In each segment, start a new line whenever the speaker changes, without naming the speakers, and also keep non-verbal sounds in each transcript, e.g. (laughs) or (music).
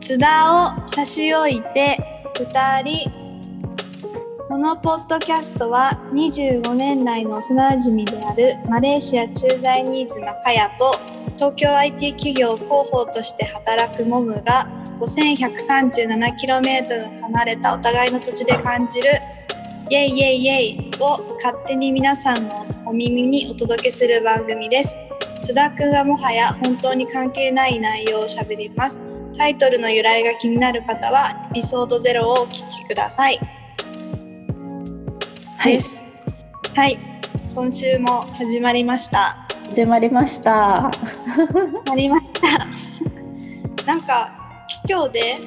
須田を差し置いて2人このポッドキャストは25年来の幼馴染であるマレーシア駐在ニーズ中谷と東京 IT 企業広報として働くモムが 5137km 離れたお互いの土地で感じるイェイイェイイェイを勝手に皆さんのお耳にお届けする番組です津田くんはもはや本当に関係ない内容を喋りますタイトルの由来が気になる方はエピソードゼロをお聞きください。
はい
で、す。はい、今週も始まりました。
始まりました。
始まりました。なんか今日で
うん。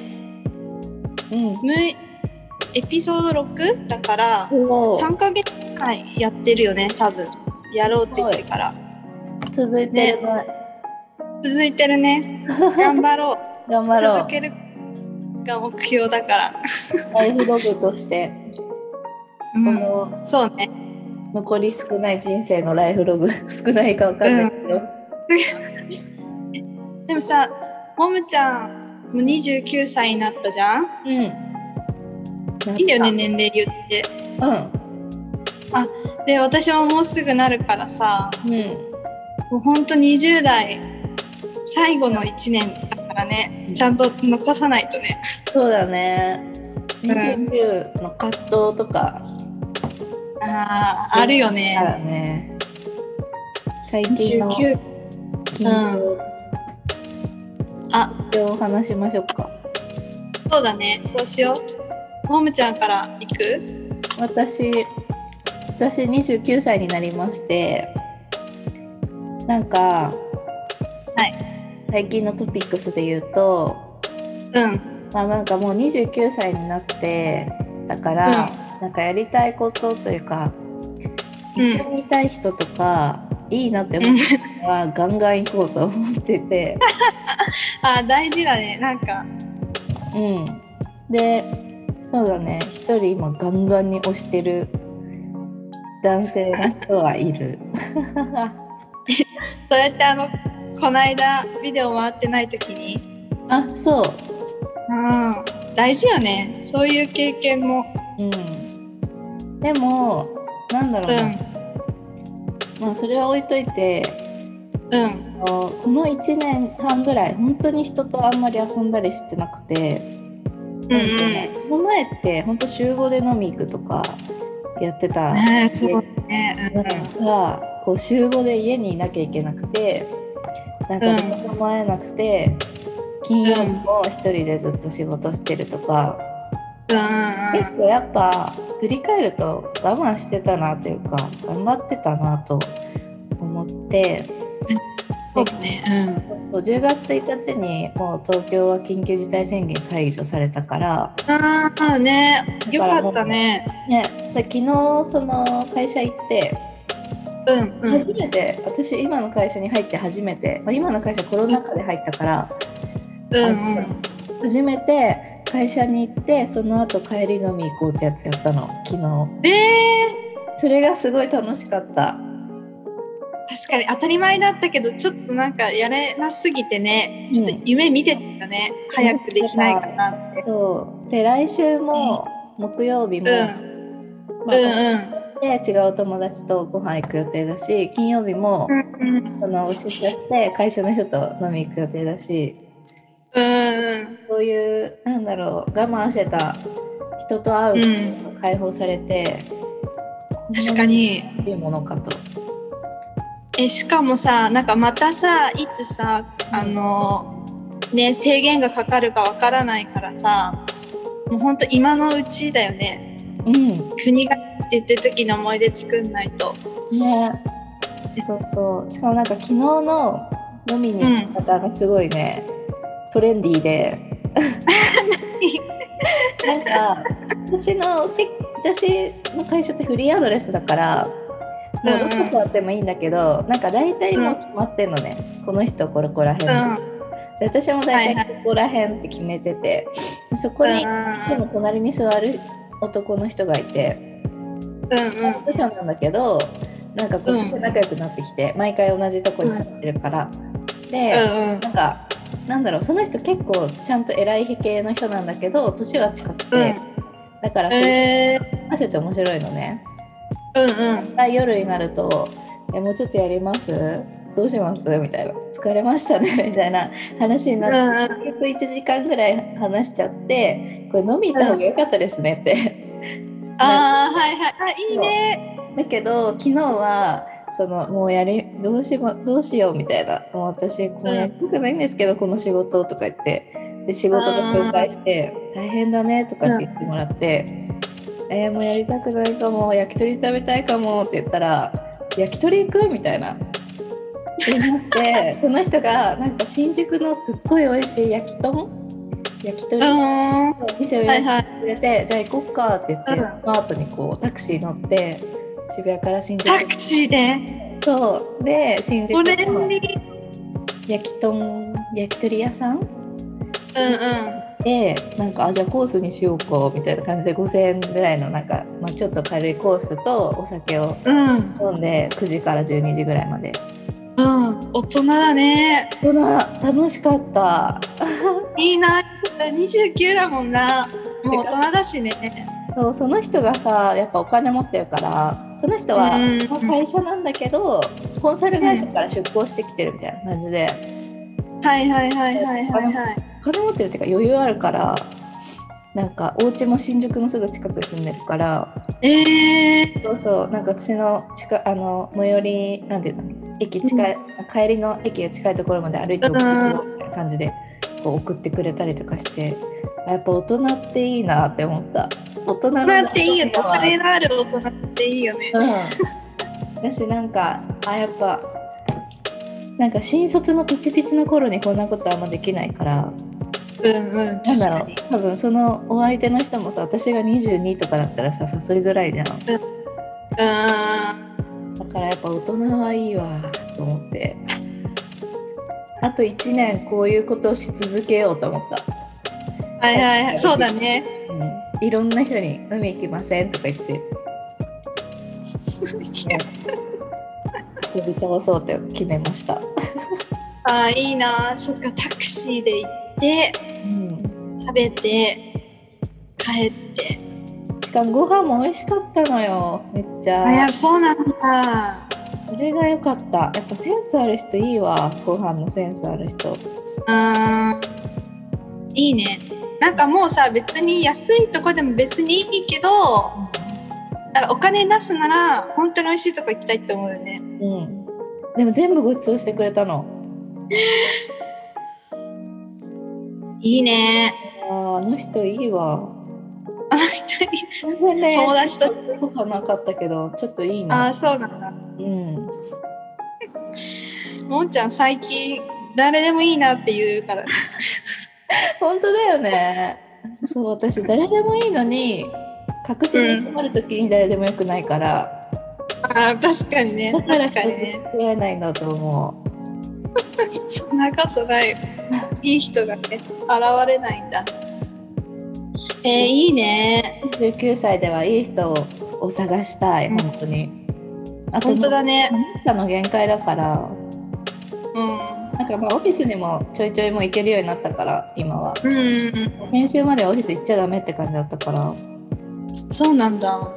むエピソード6だから
おー
3ヶ月くらいやってるよね多分やろうって言ってから
続いてるね。
続いてるね頑張ろう
頑張ろう
続。けるが目標だから、
ライフログとして、
う
こ
ん、
の
そうね
残り少ない人生のライフログ (laughs) 少ないかわかんないけど、
でもさもむちゃんもう29歳になったじゃん
うん。
いいんだよね年齢言って
やっ
で私ももうすぐなるからさ
た。うん。うん。
もうほんと20代最後の1年だからねちゃんと残さないとね
そうだね。
ん
29の葛藤とか
あーあるよ
あ
ね
るね。最近の
29
緊張
あ
を話しましょうか。
そうだねそうしようもむちゃんから行く
私私29歳になりましてなんか、
は
最近のトピックスで言うと
うん
まあなんかもう29歳になってだから、なんかやりたいことというか
うん
一緒にいたい人とか、いいなって思った人はガンガン行こうと思ってて。
(laughs) あー大事だねなんか
うん、でそうだね一人今ガンガンに押してる男性の人はいる。 (laughs)
そうやってあのこないだビデオ回ってない時に
あそう、
うん大事よねそういう経験も
うん、でもなんだ
う
ろうな、
ん
まあ、それは置いといて
うん
あのこの1年半ぐらい本当に人とあんまり遊んだりしてなくて、
うんう
なんかね
ん
その前って本当週5で飲み行くとかやってた
ねそうね
なんかこう週5で家にいなきゃいけなくてなんか
うん
誰とも会えなくて、金曜日も一人でずっと仕事してるとか、
うん
結構やっぱ振り返ると我慢してたなというか頑張ってたなと思って
そうだね
そう10月1日にもう東京は緊急事態宣言解除されたから、
うんああねよかったね
ね、で昨日その会社行って。
うんうん
初めて私今の会社に入って初めて、まあ、今の会社コロナ禍で入ったから
うんうん
初めて会社に行ってその後帰り飲み行こうってやつやったの昨日
え
それがすごい楽しかった
ー確かに当たり前だったけどちょっとなんかやれなすぎてねちょっと
うん
夢見てたよね、早くできないかなって
そうで来週も木曜日も、
うん
まあ
う
で違う友達とご飯行く予定だし金曜日も
んうんうん
その出社して会社の人と飲み行く予定だし
うん
そういうなんだろう我慢してた人と会うことが解放されて、
確かに
こんなにいいものかと。
えしかもさなんかまたさいつさあのね制限がかかるかわからないからさもうほんと今のうちだよね
うん、
国がって言ってる時の思い出作んないと
ねそうそうしかもなんか昨日の飲みに行った方がすごいね、トレンディーでなんか私のせ私の会社ってフリーアドレスだからもうどこ座ってもいいんだけど、なんか大体もう決まってんのね、この人これここら
う
辺、
ん
で私も大
は
体ここら辺って決めてて、そこにいつも隣に座る男の人がいて、
うんうん
部署なんだけどなんかこう
うん
すごい仲良くなってきて、毎回同じとこに座ってるから、で、
うんうん
なんかなんだろうその人結構ちゃんと偉い系の人なんだけど年は近くて、
うん
だからそれ
え
合ってて面白いのね。
ー、うんうん。
夜になると「えもうちょっとやりますどうします?」みたいな「疲れましたね」 (laughs) みたいな話になって。
うんうん、
結局1時間ぐらい話しちゃってこれ飲み行った方が良かったですねって、
ああはいはいあいいね
だけど昨日はそのもうやりどうし,、ま、どうしようみたいなもう私こうやりたくないんですけど、この仕事とか言ってで仕事が紹介して大変だねとかって言ってもらって、えーもうやりたくないかも焼き鳥食べたいかもって言ったら焼き鳥行くみたいな。ってなってこの人がなんか新宿のすっごい美味しい焼き豚焼き鳥
うー
の
んは
お店を予
い
約
はい
くれてじゃあ行こっかって言って、
うん
その後にこうタクシー乗って渋谷から新宿
タクシーで
そうで新
これ
宿
にうんう
の
ん
焼き豚焼き鳥屋さんでなんかあじゃあコースにしようかみたいな感じで5,000円ぐらいのなんか、まあ、ちょっと軽いコースとお酒を
うん
飲んで9時から12時ぐらいまで
うん大人だね
大人楽しかった
いいなちょっと29だもんなもう大人だしね
そうその人がさやっぱお金持ってるからその人は
うん
その会社なんだけどコンサル会社から出向してきてるみたいな感じで
はいはいはいはいはいはい
お金持ってるっていうか余裕あるからなんかお家も新宿のすぐ近くに住んでるから
えー、
そうそうなんか私の近あの最寄りなんていうの駅近い、帰りの駅が近いところまで歩いて送るよみたいな感じでこう送ってくれたりとかしてあやっぱ大人っていいなって思った大人の
大人っていいよねお
楽しみ
金
は
のある大人っていいよね
うん、だしなんかあやっぱなんか新卒のピチピチの頃にこんなことあんまできないから
うんうん
なん
確
だ
か
ろう
に
多分そのお相手の人もさ私が22とかだったらさ誘いづらいじゃん
うん
だからやっぱ大人はいいわと思ってあと1年こういうことをし続けようと思った、
はいはいはいそうだね
うん、いろんな人に「海行きません」とか言って遊び倒そうって決めました、
あーいいなそっかタクシーで行って
うん
食べて帰って
しかもご飯も美味しかったのよめっち
あや
ゃ
そうなんだ
それが良かったやっぱセンスある人いいわご飯のセンスある人
うんいいねなんかもうさ別に安いとこでも別にいいけどだからお金出すなら本当に美味しいとこ行きたいって思うよね
うんでも全部ごちそうしてくれたの
いいね
あーあの人いいわ
あの人に
全然ね
友達と
ご飯なかったけどちょっといい
あ
な
あそうなんだ
うん
もんちゃん最近誰でもいいなって言うからね
本当だよねそう私誰でもいいのに確信に困る時に誰でもよくないから、
あー確かにね
だから
確か
人
に
と付
ね
き合えないんだと思う
そんなことないよいい人がね現れないんだえー、いいね
19歳ではいい人を探したい、
うん
本当に。あと
本当だね
楽しさの限界だから、
うん
なんかまあオフィスにもちょいちょいもう行けるようになったから、今は。
うんうんうん
先週までオフィス行っちゃダメって感じだったから、
そうなんだ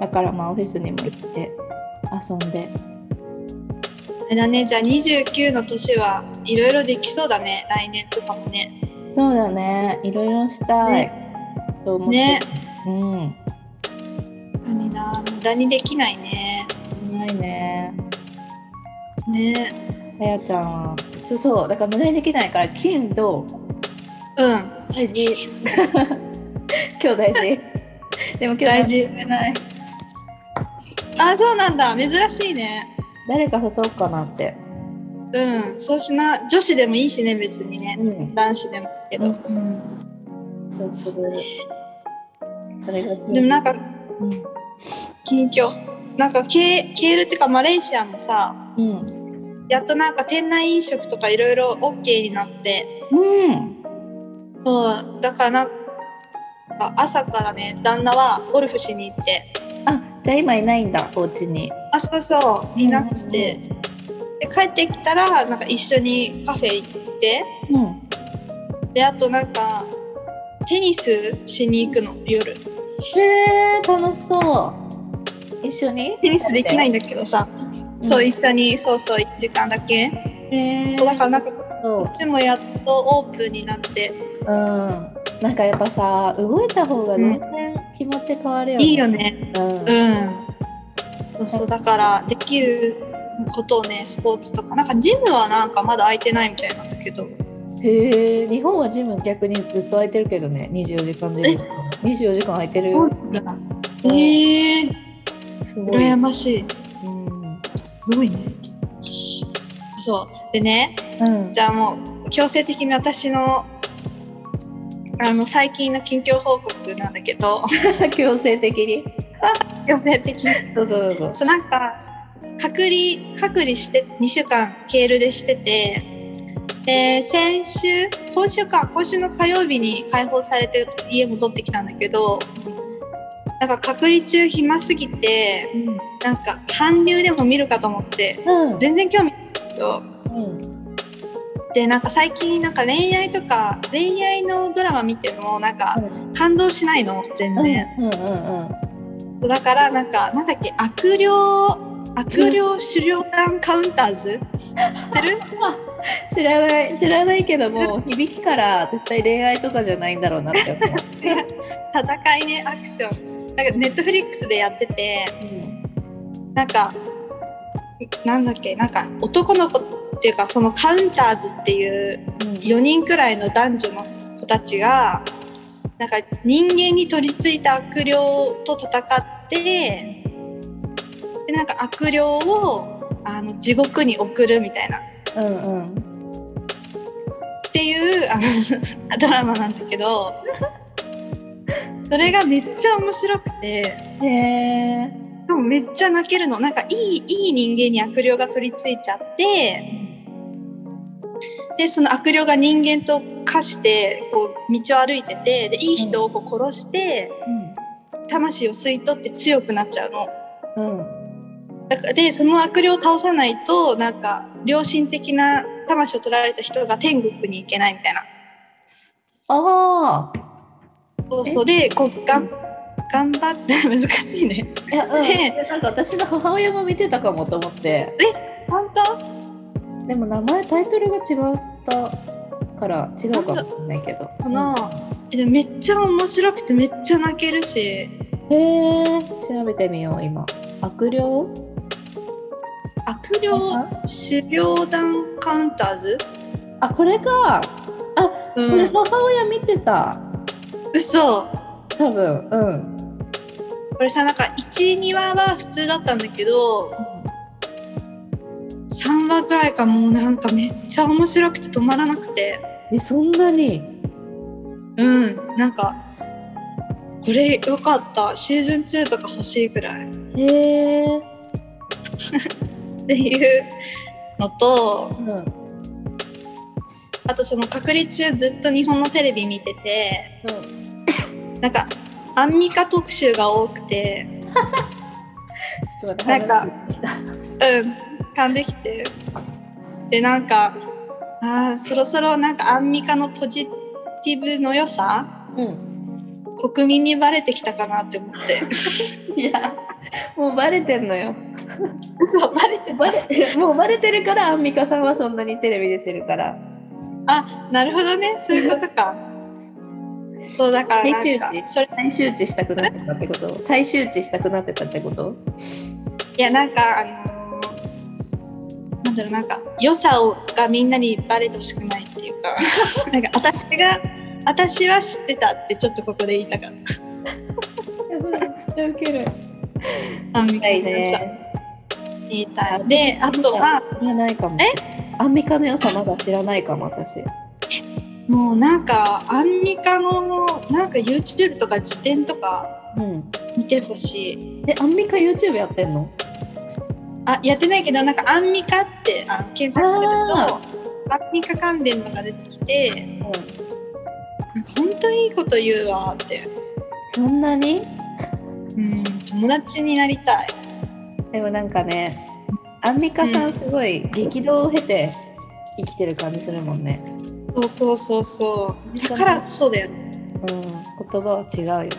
だからまあオフィスにも行って遊んで。
あれだねじゃあ29の年はいろいろできそうだね来年とかもね
そうだね、いろいろしたい、と思って。
ね
うん。
いいな無駄にできないね
ないね。
ね
あやちゃんは。そうそう、だから無駄にできないから、金、土、
うん
大事今日大事。 (laughs) でも今日
大事
忘れない。
あそうなんだ珍しいね
誰か誘おうかなって。
うんそうしな女子でもいいしね別にね
うん。
男子でもいいけど、
う
うん
そうする。それが
でもなんか
うん。
近況なんかケーケールっていうかマレーシアもさ
うん。
やっとなんか店内飲食とかいろいろ OK になって
うん。
そうだからなんか朝からね旦那はゴルフしに行って
あ、じゃあ今いないんだ、お家に。
あそうそういなくて、で帰ってきたらなんか一緒にカフェ行って
うん、
であとなんかテニスしに行くの夜
えー、楽しそう一緒 (laughs) に
テニスできないんだけどさ、そう一緒にそうそう1時間だけ、
んえー
そうだからなんかこ
そう
っちもやっとオープンになって
うん、なんかやっぱさ動いた方が全然気持ち変わるよね。
いいよね
うん
うんそうそうだからできることをねスポーツとかなんかジムはなんかまだ空いてないみたいなんだけど
へえ日本はジム逆にずっと空いてるけどね24時間ジム24時間空いてるよ
ええ
すごい、
羨ましい
うん
すごいねそうでね
うん、 (laughs)
じゃあもう強制的に私のあの最近の近況報告なんだけど
強制的に
(laughs) 強制的に
どうぞどうぞ
そうなんか隔離隔離して2週間ケールでしててで先週今週か今週の火曜日に解放されて家戻ってきたんだけどなんか隔離中暇すぎてなんか韓流でも見るかと思って
うんうん
全然興味ないんだけどでなんか最近なんか恋愛とか恋愛のドラマ見てもなんか感動しないの全然。
うんうん
そうだからなんかなんだっけ悪霊悪霊狩猟館カウンターズ知ってる
知らない知らないけども響きから絶対恋愛とかじゃないんだろうなって
違
思
う戦いねアクションなんかネットフリックスでやってて
(laughs)
なんかなんだっけなんか男の子っていうかそのカウンターズっていう
う、うん、
4人くらいの男女の子たちがなんか人間に取り付いた悪霊と戦ってでなんか悪霊をあの地獄に送るみたいな
うんうん
っていうあのドラマなんだけどそれがめっちゃ面白くて
へえ
でもめっちゃ泣けるのなんかいいいい人間に悪霊が取り付いちゃってでその悪霊が人間と化してこう道を歩いててでいい人をこう殺して魂を吸い取って強くなっちゃうの。
うんうん
だからでその悪霊を倒さないとなんか良心的な魂を取られた人が天国に行けないみたいな。
ああ
そうそうでこうがん頑張って (laughs) 難しいね。
いや、うん、
ね
なんか私の母親も見てたかもと思って
本当
でも名前タイトルが違ったから違うかもしれないけど
このえでもめっちゃ面白くてめっちゃ泣けるし
うんへえ調べてみよう今悪霊
悪霊狩猟団カウンターズ
あこれか
う
これ
(laughs) ん
母親見てた
嘘
多分うん
これさなんか12話は普通だったんだけど3話くらいかもうなんかめっちゃ面白くて止まらなくて
えそんなに
うんなんかこれよかったシーズン2とか欲しいくらいっ
へえ
ていうのと
うん
あとその隔離中ずっと日本のテレビ見てて
うん
なんかアンミカ特集が多くて
ちょっと
な
待っ
ん
て
かうん噛んできてでなんかあーそろそろなんかアンミカのポジティブの良さ
うん
国民にバレてきたかなって思って (laughs)
いやもうバレてんのよ
そうバレてた
バレ (laughs) もうバレてるからアンミカさんはそんなにテレビ出てるから
あなるほどねそういうことかそうだからなんか
最終値
それ
再周知したくなってたってこと再周知したくなってたってこと
いやなんかあのーなんだろうなんか良さをがみんなにバレてほしくないっていうか (laughs) なんか私が私は知ってたってちょっとここで言いたかっ
ウケる。
た。アンミカ
は
の
い
良さ
ね。
言いたい。であとは
知らないかも。えアンミカの良さまだ知らないかも私。
もうなんかアンミカのなんか YouTube とか辞典とか
うん。
見てほしい。
えアンミカ YouTube やってんの？
あやってないけどなんかアンミカってあの検索すると
あ
アンミカ関連のが出てきて
うん。
なんか本当いいこと言うわーって。
そんなに？
うん友達になりたい。
でもなんかね、アンミカさんすごい激動を経て生きてる感じするもんね。
そうそうそうそうだからこそだよね
うん、言葉は違うよね。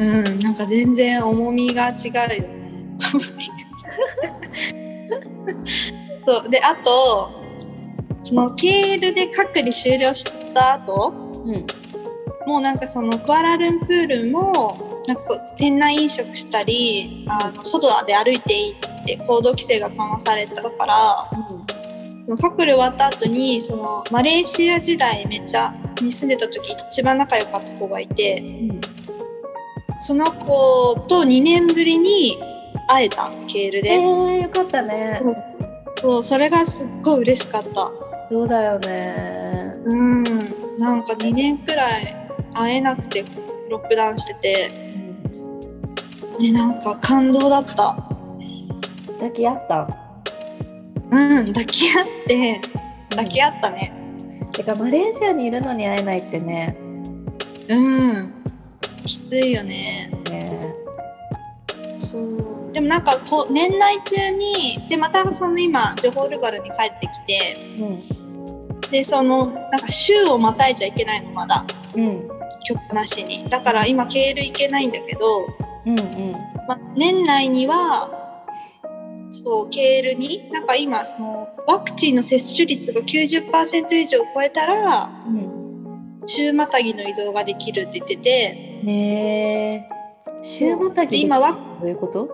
うんなんか全然重みが違うよね (laughs) そうであとそのケールで隔離終了した後
うん、
もうなんかそのクアラルンプールもなんかこう店内飲食したりあの外で歩いていいって行動規制が緩和されたからそのカップル終わった後にそのマレーシア時代めっちゃに住んでた時一番仲良かった子がいて
うん、
その子と2年ぶりに会えたケール
え
で、
ー、よかったね。
そうそれがすっごい嬉しかった
そうだよね。
うんなんか2年くらい会えなくてロックダウンしてて
うん、
でなんか感動だった
抱き合った。
うん抱き合って抱き合ったね
てかマレーシアにいるのに会えないってね。
うんきついよね
ね
そうでもなんかこう年内中にでまたその今ジョホールバルに帰ってきてでそのなんか週をまたいじゃいけないのまだ
うん、うん、
曲なしにだから今ケール行けないんだけど、
うん、うん。
ま、年内にはそうケールになんか今そのワクチンの接種率が90%以上を超えたら
うん
週またぎの移動ができるって言ってて、
ねえ。週またぎ
で今は
どういうこと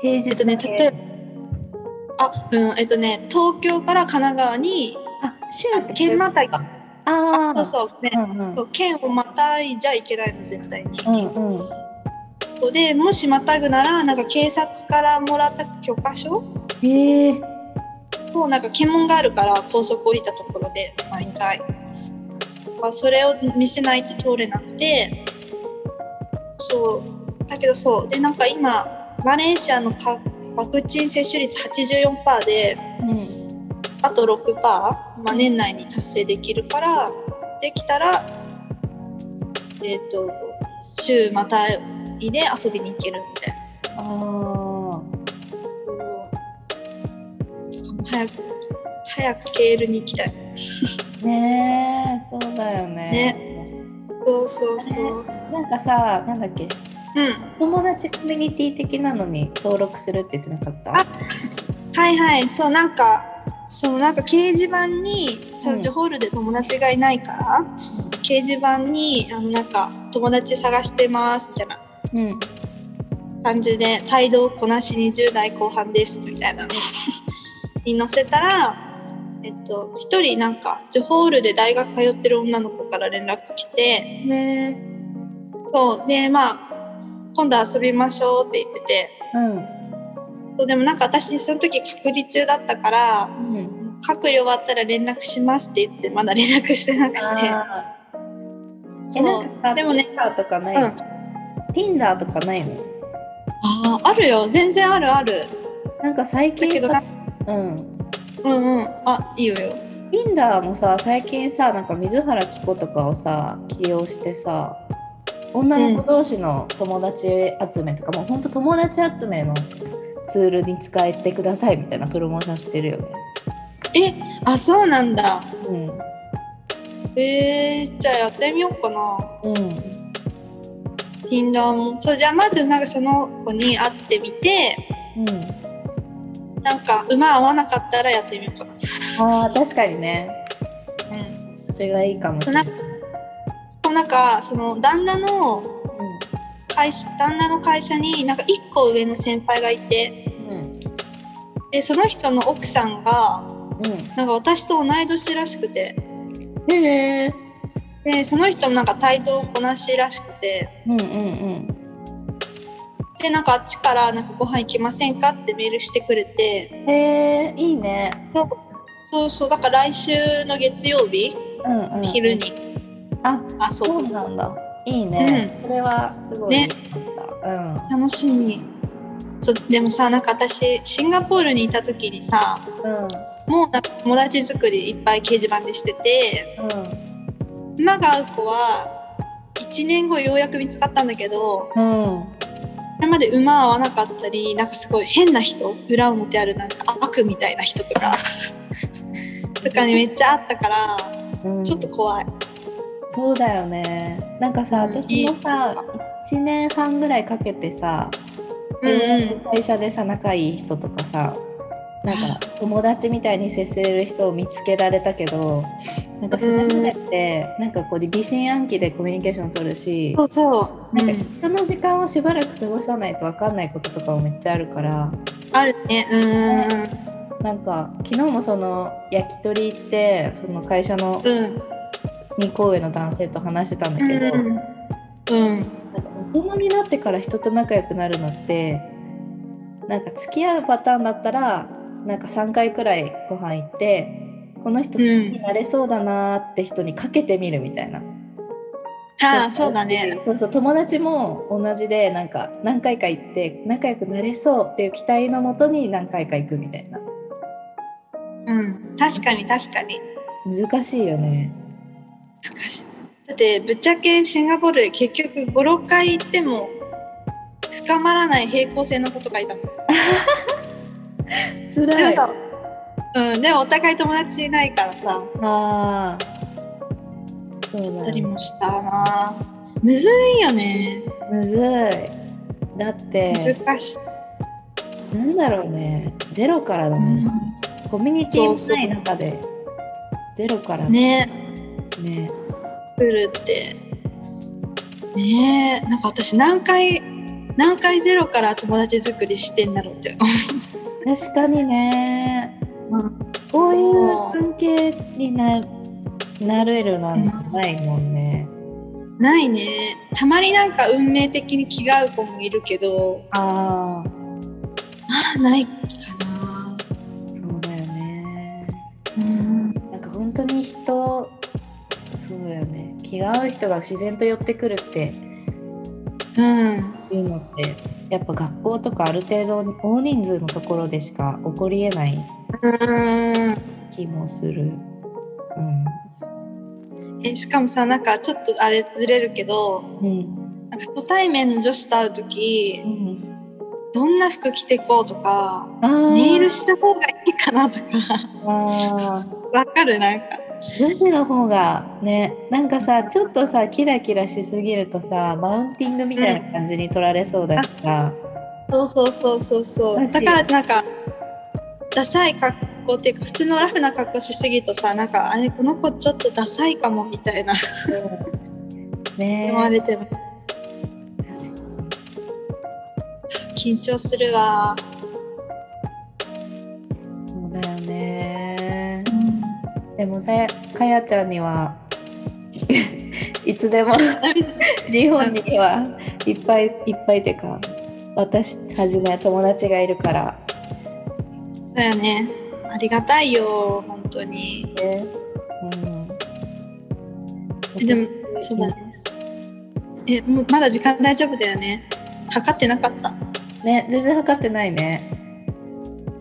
平日
えっとね、
だけ
例えば、あ、うん、えっとね、東京から神奈川に、
あ、週
あ
って
県またぎ、
あ
あ、
あ、
そうそう、ね、
うんうん
そう県をまたいじゃいけないの、絶対に。
うんうん。
で、もしまたぐなら、なんか警察からもらった許可証
へえ。
を、なんか検問があるから、高速降りたところで、毎回。まあ、それを見せないと通れなくて、そう、だけどそう、で、なんか今、マレーシアのかワクチン接種率84%で、
うん。
あと6%、まあ、年内に達成できるからできたら、えっと週またいで遊びに行けるみたいな。
ああ。
うん早く早くケールに行きたい。
ねえそうだよね
そうそうそう。
なんかさなんだっけ
うん。
友達コミュニティ的なのに登録するって言ってなかった
あはいはい。そうなんかそのなんか掲示板にそうの
ん
ジョホールで友達がいないから、掲示板にあのなんか友達探してますみたいな。
うん、うん、
感じで「態度をこなし20代後半です」みたいなのに載せたら、えっと、一人なんかジョホールで大学通ってる女の子から連絡来て
ね
そうでまあ今度遊びましょうって言ってて
うん
そうでもなんか私その時隔離中だったから
うん
隔離終わったら連絡しますって言ってまだ連絡してなくて
あーえ
そう
なんか
でもね
Tinder とかない
うん
の、Tinder とかないの
あーあるよ全然あるある
なんか最
だ
近
けどな
うん
うんうんあいいよいいよ
Tinder もさ最近さなんか水原希子とかをさ起用してさ女の子同士の友達集めとか、もうほんと友達集めのツールに使えてくださいみたいなプロモーションしてるよね。
えあそうなんだ
うん
えー、じゃあやってみようかな
うん、
Tinder もそうじゃあまずなんかその子に会ってみて
うん、
なんか馬合わなかったらやってみようかな、
あー確かにね
うん、
それがいいかもし
そう
れ
な
なんい
か。そうなんかその旦那の会社旦那の会社になんか1個上の先輩がいて
うんうん
でその人の奥さんが
う
なんか私と同い年らしくて
ん、へえ
でその人もなんか対等こなしらしくて
うんうんうん
でなんかあっちからなんかご飯行きませんかってメールしてくれて
へえいいね
そうそうそうだから来週の月曜日
うんうん
昼に
あ
遊
そ
ぶ
うなんだいいね、それはすごい
ね
良かったうん
楽しみそうでもさなんか私シンガポールにいた時にさ
う
もうなんか友達作りいっぱい掲示板でしてて
んうん
今が会う子は1年後ようやく見つかったんだけど
うん、
それまで馬合わなかったりなんかすごい変な人裏 (laughs) 表あるなんか悪みたいな人とかとかにめっちゃあったから
うん
ちょっと怖い。
そうだよねなんかさ
うん
私もさ1年半ぐらいかけてさ
うん
会社でさ仲いい人とかさなん
(laughs)
か友達みたいに接せれる人を見つけられたけどなんかそれまでってなんかこう疑心暗鬼でコミュニケーション取るし
そうそう。
なん
う
か
ん
人の時間をしばらく過ごさないと分かんないこととかもめっちゃあるから
あるね。
なんか昨日もその焼き鳥行ってその会社の
うんうん
2校上の男性と話してたんだ
うん。
けど。
うん。うん。
なんか大人になってから人と仲良くなるのってなんか付き合うパターンだったらなんか3回くらいご飯行ってこの人好きになれそうだなーって人にかけてみるみたいな、
はあ、そうだね。
そうそう友達も同じでなんか何回か行って仲良くなれそうっていう期待のもとに何回か行くみたいな
うん。確かに確かに。
難しいよね
難しいだってぶっちゃけシンガポール結局56回行っても深まらない平行線のことがいたもん、
辛い
でもさ、うん、でもお互い友達いないからさ
あーそう
あ
だ
ったり
ね
もしたなむずいよね
むずいだって
難しい、
なんだろうね、ゼロからだね。コミュニティもない中で、ゼロからね。
ね
ね
作るってねえなんか私何回何回ゼロから友達作りしてんだろうって
確かにね、
うん
こういう関係にななれるなんてないもんね。
ないねたまになんか運命的に気が合う子もいるけど
ああ、
まあないかな
そうだよね。
うん
なんか本当に人、そうだよね。気が合う人が自然と寄ってくるって
うん、
いうのって、やっぱ学校とかある程度大人数のところでしか起こりえない気もする。うん。
えしかもさなんかちょっとあれずれるけど
うん。
なんか初対面の女子と会う時
うん、
どんな服着てこうとか
あー
ネイルした方がいいかなとか (laughs)
あー
わかるなんか
女子の方がねなんかさちょっとさキラキラしすぎるとさマウンティングみたいな感じに取られそうだしさ、
そうそうそうそうそう
マ
だ
ジ
からなんかダサい格好っていうか普通のラフな格好しすぎるとさなんかあれこの子ちょっとダサいかもみたいな
ね
思われても
確か
緊張するわ、
にそうだよねでもさかやちゃんにはいつでも日本にはいっぱいいっぱいってか私はじめ友達がいるから、
そうよねありがたいよ本当に
ねうん、
えでもそうだね。え、もうまだ時間大丈夫だよね。測ってなかった。
ね全然測ってないね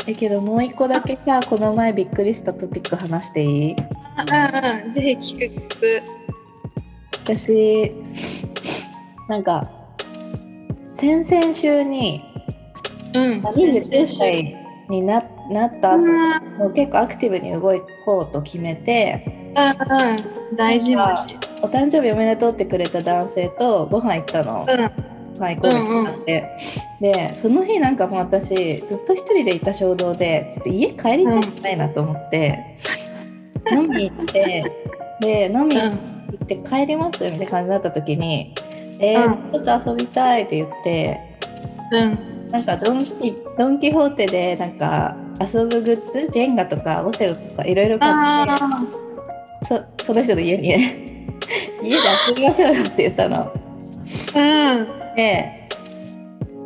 えけどもう一個だけさこの前びっくりしたトピック話していい
うんうん、ぜひ聞く聞く。
私なんか先々週に
うん、
29歳にななった
う
後
ん、うん、
もう結構アクティブに動こうと決めて
うん、大事マジ。
お誕生日おめでとうってくれた男性とご飯行ったの。はい、こういうことになって、でその日なんかもう私ずっと一人でいた衝動でちょっと家帰りたくないなと思って、飲み行ってで飲み
うん、う
行
ん、
って帰りますみたいな感じになった時に「えーちょっと遊びたい」って言って
うん、
なんかドンキドン・キホーテでなんか遊ぶグッズジェンガとかオセロとかいろいろ買って
あ
そその人の家に (laughs) ね家で遊びましょうよって言ったの。
あ、うん、
で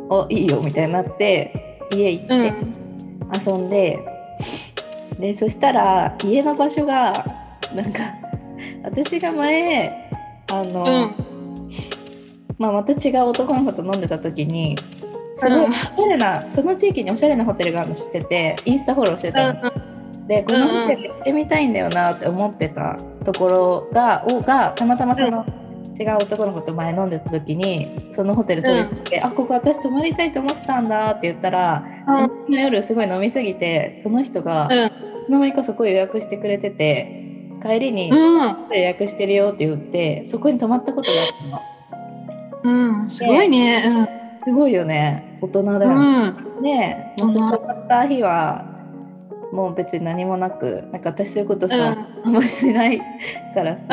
おいいよみたいになって家行
う
って
ん、
遊んで、でそしたら家の場所がなんか私が前あの、
うん、
まあ、また違う男の子と飲んでた時にすごい
うん
おしゃれな、その地域におしゃれなホテルがあるの知っててインスタフォローしてたの、でこのホテル行ってみたいんだよなって思ってたところがをがたまたまその、違う男の子と前飲んでた時にそのホテル取りに来て、あここ私泊まりたいと思ってたんだって言ったら、
うん
その夜すごい飲みすぎてその人が、
うん
いつの間にかそこ予約してくれてて帰りに
うん
予約してるよって言ってそこに泊まったことがあったの
うんすごいね
すごいよね大人だ
う
よね、
んうん
で
大人
泊まった日はもう別に何もなくなんか私そういうことさ、あんましないからさ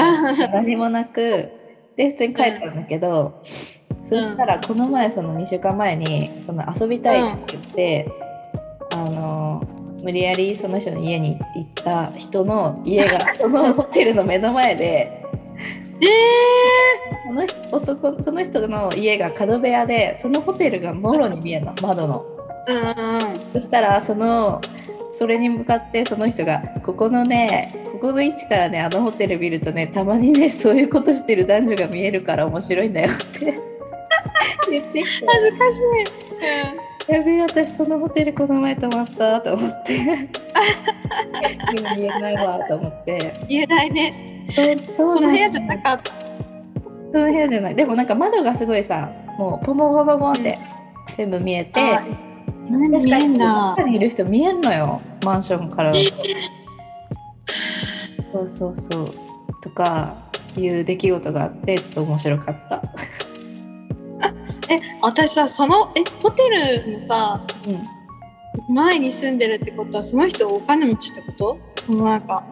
何もなくで普通に帰ったんだけど、そしたらこの前その2週間前にその遊びたいって言って、あの無理やりその人の家に行った人の家がそのホテルの目の前で
え
その人男その人の家が角部屋でそのホテルがもろに見えるの窓の。
ーうんうん
そしたらそのそれに向かってその人がここのねここの位置からねあのホテル見るとねたまにねそういうことしてる男女が見えるから面白いんだよって (laughs) 言って
恥
き
ずかしい
てやべえ私そのホテルこの前泊まったと
(laughs)
思って今言えないわと思って
うん言えないね
そう
そ
そ
の部
うなんだ
屋じゃなかった
その部屋じゃないでもなんか窓がすごいさもうポンポンポンポンポンって全部見えて
あね見えんだ
中にいる人見えんのよマンションからだとそうそうそうとかいう出来事があってちょっと面白かった、
え私さそのえホテルのさ
うん、
前に住んでるってことはその人お金持ちってことそのなんか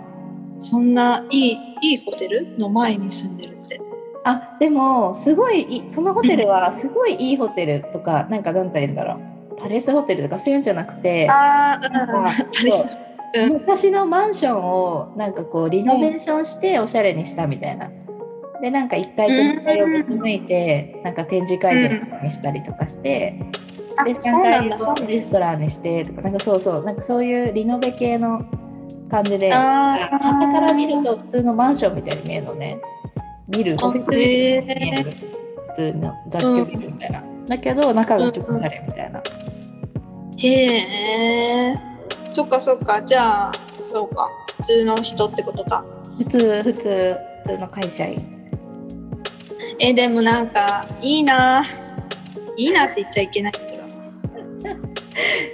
そんないいいいホテルの前に住んでるって
あでもすごいいそのホテルはすごいいいホテルとかなんか何て言うんだろうパレスホテルとかそういうんじゃなくて
あ
なん
あ
か
パレス
そう
うん
昔のマンションをなんかこうリノベーションしておしゃれにしたみたいな。でなんか1階と2階をぶち抜いて、なんか展示会場とかにしたりとかして、
あ
で
そう
3
な
階
んだそう
をレストランにしてとかなんかそうそうなんかそういうリノベ系の感じであ
あ
だ
あ
から見ると普通のマンションみたいに見えるのねビル
あ
オフィスビルみたいに見える普通の雑居ビルみたいな、だけど中がちょっとおしゃれみたいな、
へえそっかそっかじゃあそうか普通の人ってことか
普通普通普通の会社員
えでもなんかいいないいなって言っちゃいけないけど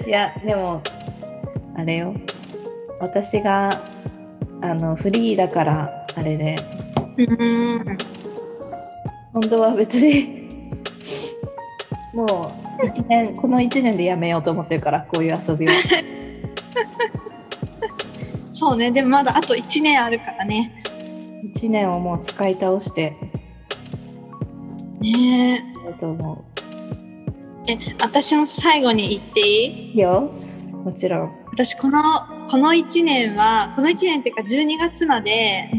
いやでもあれよ私があのフリーだからあれで
うん
本当は別にもう一年この1年でやめようと思ってるからこういう遊びは
そうねでもまだあと1年あるからね
1年をもう使い倒して
ねえ
やろうと思
え私も最後に言っていいう
よもちろん、
私このこの1年はこの1年っていうか12月まで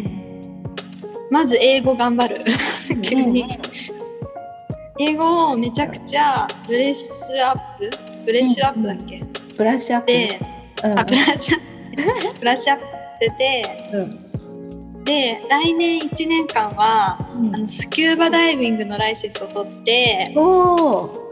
まず英語頑張る (laughs) 急に英語をめちゃくちゃブレスアップブレッシュアップだっけ、
ブラッシュアップ
で
うん
あブラッシュアップブラッシュアップってて
うん
で来年1年間は
うん
あのスキューバダイビングのライセンスを取って
おお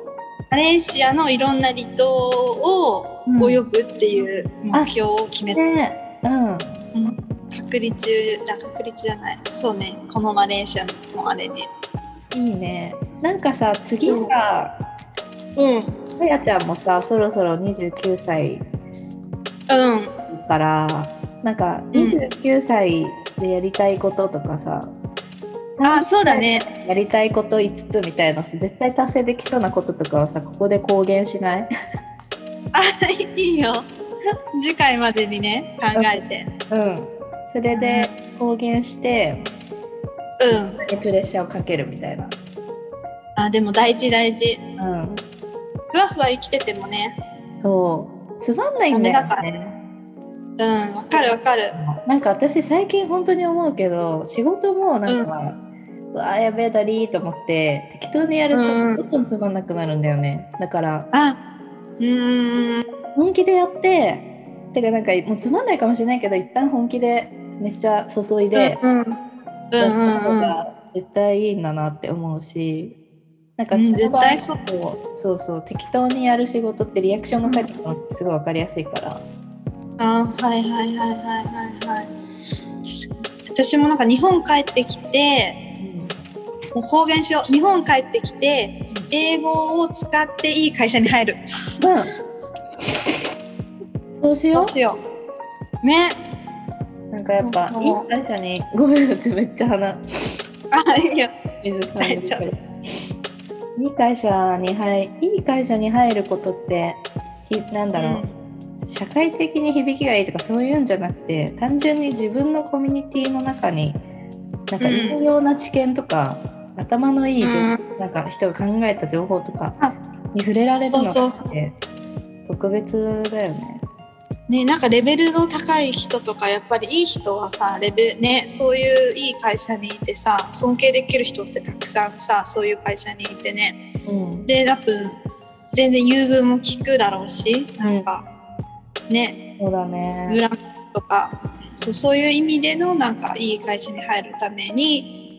マレーシアのいろんな離島を泳ぐっていう目標を決めた
ねうん
隔離中あ隔離中じゃないそうねこのマレーシアのあれね
いいねなんかさ次さ
うん
さやちゃんもさそろそろ29歳
うん
からなんか
うん
29歳でやりたいこととかさ、
あそうだね
やりたいこと5つみたいな絶対達成できそうなこととかはさここで公言しない
(laughs) あいいよ次回までにね考えて
うん (laughs) それで公言して
うん
プレッシャーをかけるみたいな
あでも大事大事
うん
ふわふわ生きててもね
そうつまんないんだよ
ダ
ね
うんわかるわかる
なんか私最近本当に思うけど仕事もなんか、うわーやべえだりーと思って適当にやると
うん
どんどんつまんなくなるんだよねだから
あうーん
本気でやっててかなんかもうつまんないかもしれないけど一旦本気でめっちゃ注いで、
うんうんう
やっ
んう
た方
んうん
が絶対いいんだなって思うし、なんか
うん
その場合
絶対そう
こうそうそう適当にやる仕事ってリアクションが返ってくるのってすごい分かりやすいから、
あはいはいはいはいはいはい確かに私もなんか日本帰ってきてもう公言しよう日本帰ってきて英語を使っていい会社に入る。
うんそうし
ど
よ
うしよう。ね、
うなんなんかやっぱ
そう
いい会社にごめんうちめっちゃ鼻
あいや
水感じてるいい会社に入いい会社に入ることってひなんだろう、社会的に響きがいいとかそういうんじゃなくて単純に自分のコミュニティの中になんか
うん
有用な知見とか、頭のいい情報、
う
なんか人が考えた情報とか
あ
に触れられるのって
そうそうそ
特別だよね。
ねなんかレベルの高い人とかやっぱりいい人はさレベねそういういい会社にいてさ尊敬できる人ってたくさんさそういう会社にいてね
うん
で多分全然優遇も聞くだろうしなんか、ね
そうだね。
ブランドとかそうそういう意味でのなんかいい会社に入るために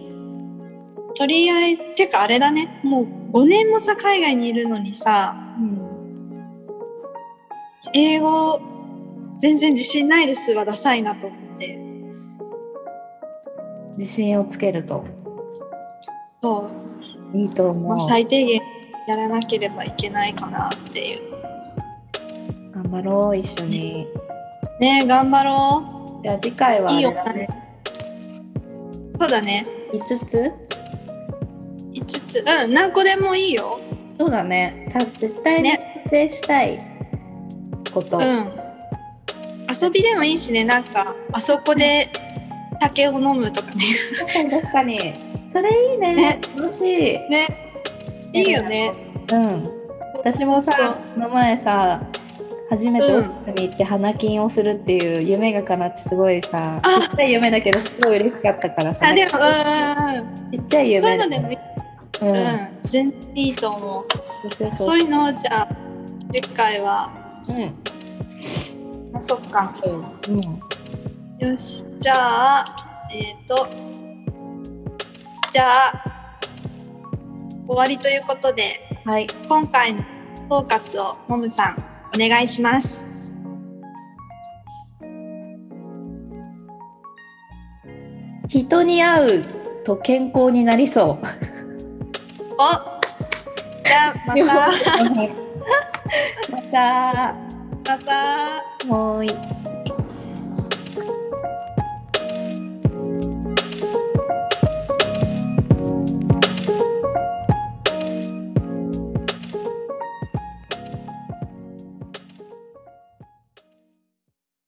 とりあえずてかあれだねもう5年もさ海外にいるのにさ
うん
英語全然自信ないですはダサいなと思って
自信をつけると
そう、
いいと思う。
まあ、最低限やらなければいけないかなっていう
頑張ろう一緒に。
ねえ頑張ろ
じゃあ次回はあれだね
うそうだね
5つ
5つうん何個でもいいよ
そうだね。た絶対に
ね
達成したいこと。
うん遊びでもいいしねなんかあそこで酒を飲むとかね
確かに確かに。それいいね。
ね
楽しい。
ねいいよね
うん。私もさ、この前さ、初めてオ
うん
フィスに行って花金をするっていう夢が叶ってすごいさ、
あ
ちっちゃい夢だけどすごい嬉しかったからさ、
あでもうんうん
ちっちゃい
うんそうい
夢
うのでもいい、
うん、
うん、全然いいと思う
そうそ
そうういうのをじゃあ次回は
そう。うん。
あそっか
うん。
よし、じゃあ、えっ、と、じゃあ、終わりということで、
はい。
今回の総括をもむさん、お願いします。
人に会うと健康になりそう。
おじゃあ、また、
(laughs) ま
ま
た。
た。
もうい。